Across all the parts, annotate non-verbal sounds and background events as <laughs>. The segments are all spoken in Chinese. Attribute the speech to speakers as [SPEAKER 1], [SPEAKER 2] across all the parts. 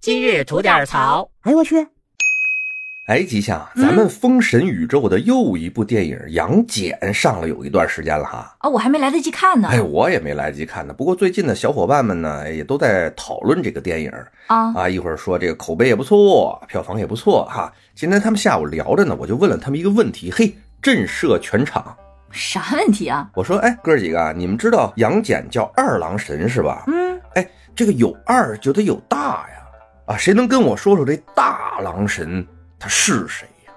[SPEAKER 1] 今日吐点槽。
[SPEAKER 2] 哎我去，
[SPEAKER 3] 哎，吉祥，咱们封神宇宙的又一部电影《杨戬》上了有一段时间了哈。
[SPEAKER 2] 哦，我还没来得及看呢。
[SPEAKER 3] 哎，我也没来得及看呢。不过最近的小伙伴们呢，也都在讨论这个电影
[SPEAKER 2] 啊，
[SPEAKER 3] 啊，一会儿说这个口碑也不错，票房也不错哈。今天他们下午聊着呢，我就问了他们一个问题，嘿，震慑全场。
[SPEAKER 2] 啥问题啊？
[SPEAKER 3] 我说，哎，哥几个啊，你们知道杨戬叫二郎神是吧？
[SPEAKER 2] 嗯，
[SPEAKER 3] 哎，这个有二就得有大呀，啊，谁能跟我说说这大郎神他是谁呀？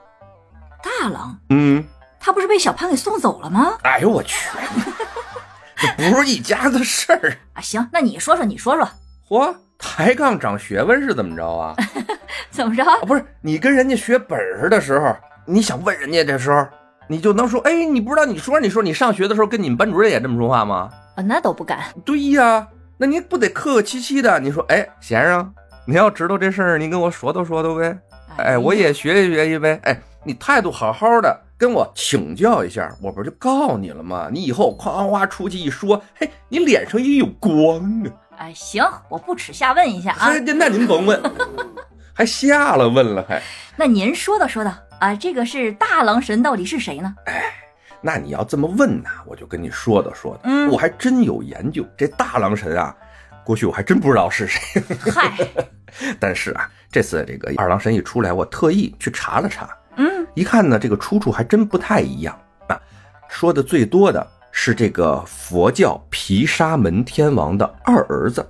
[SPEAKER 2] 大郎，
[SPEAKER 3] 嗯。
[SPEAKER 2] 他不是被小潘给送走了吗？
[SPEAKER 3] 哎呦我去， <laughs> 这不是一家子事儿。
[SPEAKER 2] 啊，行，那你说说，你说说，
[SPEAKER 3] 嚯，抬杠长学问是怎么着啊？
[SPEAKER 2] 怎么着？
[SPEAKER 3] 啊，不是你跟人家学本事的时候，你想问人家这时候，你就能说，哎，你不知道，你说，你说，你上学的时候跟你们班主任也这么说话吗？
[SPEAKER 2] 啊，那都不敢。
[SPEAKER 3] 对呀，那你不得客客气气的？你说，哎，先生，你要知道这事儿，你跟我说道说道呗。哎，我也学习学习呗。哎，你态度好好的，跟我请教一下，我不就告诉你了吗？你以后夸夸出去一说，嘿，你脸上也有光啊！
[SPEAKER 2] 哎，行，我不耻下问一下啊
[SPEAKER 3] 哎。，那您甭问， <laughs> 还下了问了还。
[SPEAKER 2] 那您说道说道啊，这个是大郎神到底是谁呢？
[SPEAKER 3] 那你要这么问呐、我就跟你说道说道，
[SPEAKER 2] 嗯
[SPEAKER 3] 我还真有研究。这大郎神啊，过去我还真不知道是谁。
[SPEAKER 2] 嗨，
[SPEAKER 3] <laughs> 但是啊，这次这个二郎神一出来，我特意去查了查，
[SPEAKER 2] 嗯，
[SPEAKER 3] 一看呢，这个出处还真不太一样啊。说的最多的是这个佛教毗沙门天王的二儿子。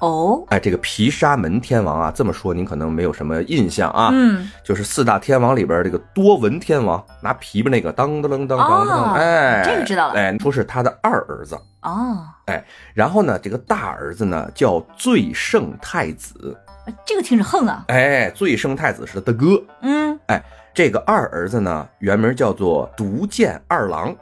[SPEAKER 2] 哦，
[SPEAKER 3] 哎，这个毗沙门天王啊，这么说您可能没有什么印象啊，
[SPEAKER 2] 嗯，
[SPEAKER 3] 就是四大天王里边这个多闻天王，拿琵琶那个当当当当当
[SPEAKER 2] 哦
[SPEAKER 3] 当，哎，
[SPEAKER 2] 这个知道了
[SPEAKER 3] 哎，说是他的二儿子。
[SPEAKER 2] 哦，
[SPEAKER 3] 然后呢，这个大儿子呢叫最圣太子，
[SPEAKER 2] 这个听着横啊。
[SPEAKER 3] 哎，最圣太子是他的哥， <laughs>
[SPEAKER 2] 嗯，
[SPEAKER 3] 这个二儿子呢，原名叫做独剑二郎，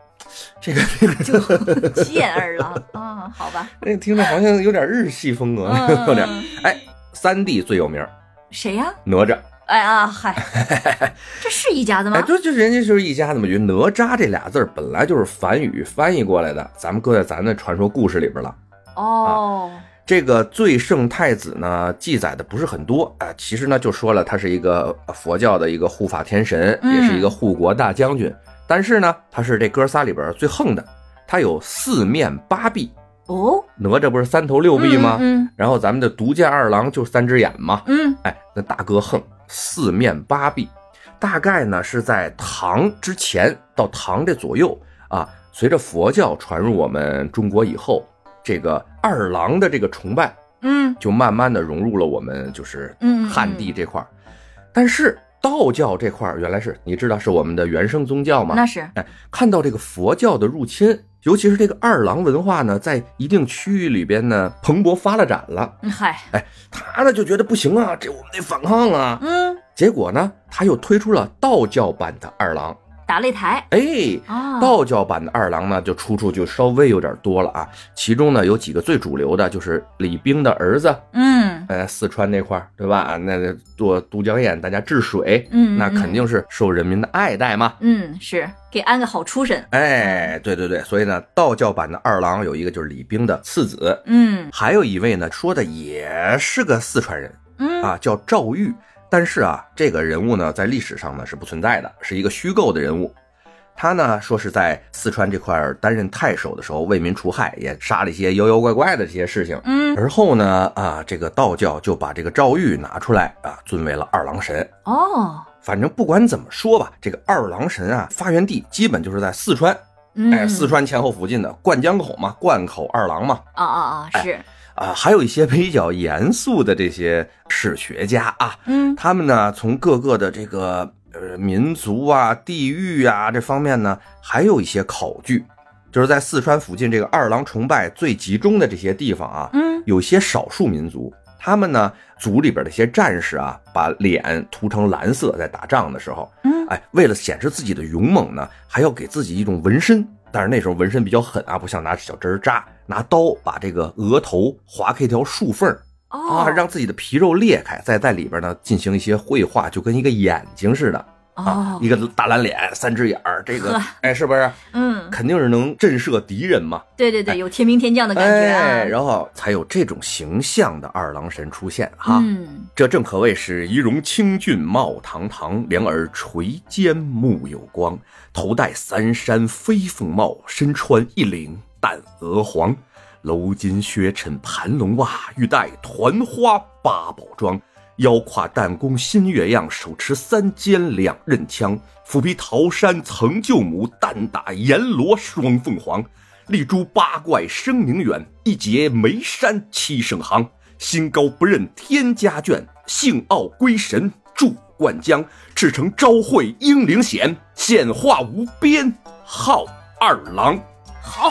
[SPEAKER 3] 这个这个
[SPEAKER 2] 贱二郎啊，好吧，
[SPEAKER 3] 这哎听着好像有点日系风格，
[SPEAKER 2] 嗯
[SPEAKER 3] <laughs> 有点。哎，三弟最有名，
[SPEAKER 2] 谁呀？
[SPEAKER 3] 哪吒。
[SPEAKER 2] 哎啊，嗨，
[SPEAKER 3] <laughs>
[SPEAKER 2] 这是一家子
[SPEAKER 3] 哎，
[SPEAKER 2] 吗？
[SPEAKER 3] 对，就是人家就是一家子嘛。就哪吒这俩字儿本来就是梵语翻译过来的，咱们搁在咱的传说故事里边了。
[SPEAKER 2] 哦，
[SPEAKER 3] 这个最圣太子呢，记载的不是很多啊、其实呢，就说了他是一个佛教的一个护法天神，
[SPEAKER 2] 嗯
[SPEAKER 3] 也是一个护国大将军。但是呢，他是这哥仨里边最横的，他有四面八臂。
[SPEAKER 2] 哦，
[SPEAKER 3] 哪吒不是三头六臂吗？
[SPEAKER 2] 嗯
[SPEAKER 3] 然后咱们的独剑二郎就三只眼嘛。
[SPEAKER 2] 嗯
[SPEAKER 3] 哎，那大哥横，四面八臂，大概呢是在唐之前到唐这左右啊。随着佛教传入我们中国以后，这个二郎的这个崇拜
[SPEAKER 2] 嗯
[SPEAKER 3] 就慢慢的融入了我们就是
[SPEAKER 2] 嗯
[SPEAKER 3] 汉地这块儿。但是道教这块儿原来是你知道是我们的原生宗教
[SPEAKER 2] 嗯，
[SPEAKER 3] 吗？
[SPEAKER 2] 那是
[SPEAKER 3] 哎，看到这个佛教的入侵，尤其是这个二郎文化呢，在一定区域里边呢蓬勃发了展了。
[SPEAKER 2] 嗯嗨，
[SPEAKER 3] 他呢就觉得不行啊，这我们得反抗啊。
[SPEAKER 2] 嗯，
[SPEAKER 3] 结果呢，他又推出了道教版的二郎。
[SPEAKER 2] 打擂台
[SPEAKER 3] 哎，
[SPEAKER 2] 啊，
[SPEAKER 3] 道教版的二郎呢，就出处就稍微有点多了啊。其中呢，有几个最主流的，就是李冰的儿子，
[SPEAKER 2] 嗯
[SPEAKER 3] 呃，四川那块儿，对吧？那那做都江堰，大家治水，
[SPEAKER 2] 嗯，
[SPEAKER 3] 那肯定是受人民的爱戴嘛。
[SPEAKER 2] 嗯，嗯是给安个好出身，
[SPEAKER 3] 哎，对对对，所以呢，道教版的二郎有一个就是李冰的次子，
[SPEAKER 2] 嗯
[SPEAKER 3] 还有一位呢，说的也是个四川人
[SPEAKER 2] 嗯
[SPEAKER 3] 啊，叫赵玉。但是啊，这个人物呢，在历史上呢是不存在的，是一个虚构的人物。他呢说是在四川这块儿担任太守的时候为民除害，也杀了一些妖妖怪怪的这些事情。
[SPEAKER 2] 嗯
[SPEAKER 3] 而后呢，啊，这个道教就把这个赵玉拿出来啊，尊为了二郎神。
[SPEAKER 2] 哦，
[SPEAKER 3] 反正不管怎么说吧，这个二郎神啊，发源地基本就是在四川，
[SPEAKER 2] 嗯，
[SPEAKER 3] 哎，四川前后附近的灌江口嘛，灌口二郎嘛，
[SPEAKER 2] 啊啊啊，是
[SPEAKER 3] 啊，还有一些比较严肃的这些史学家啊，
[SPEAKER 2] 嗯
[SPEAKER 3] 他们呢从各个的这个呃民族啊、地域啊这方面呢，还有一些考据，就是在四川附近这个二郎崇拜最集中的这些地方啊，
[SPEAKER 2] 嗯
[SPEAKER 3] 有些少数民族，他们呢族里边的一些战士啊，把脸涂成蓝色，在打仗的时候，
[SPEAKER 2] 嗯
[SPEAKER 3] 哎，为了显示自己的勇猛呢，还要给自己一种纹身。但是那时候纹身比较狠啊，不像拿小针儿扎，拿刀把这个额头划开一条竖缝儿啊
[SPEAKER 2] 哦
[SPEAKER 3] 啊，让自己的皮肉裂开，再在里边呢进行一些绘画，就跟一个眼睛似的。啊，
[SPEAKER 2] 哦
[SPEAKER 3] 一，个大蓝脸，三只眼儿，这个哎，是不是
[SPEAKER 2] 嗯，
[SPEAKER 3] 肯定是能震慑敌人嘛？
[SPEAKER 2] 对对对，有天兵天将的感觉
[SPEAKER 3] 哎，
[SPEAKER 2] 啊。
[SPEAKER 3] 然后才有这种形象的二郎神出现啊哈。
[SPEAKER 2] 嗯，
[SPEAKER 3] 这正可谓是仪容清俊貌堂堂，两耳垂肩目有光，头戴三山飞凤帽，身穿一领淡鹅黄，楼金靴衬盘龙袜，玉带团花八宝装，腰挎弹弓新月样，手持三尖两刃枪，斧劈桃山曾舅母，单打阎罗双凤凰，力诛八怪声名远，一结眉山七圣行。心高不认天家眷，性傲归神铸灌江，赤诚昭惠英灵显，显化无边号二郎。
[SPEAKER 2] 好，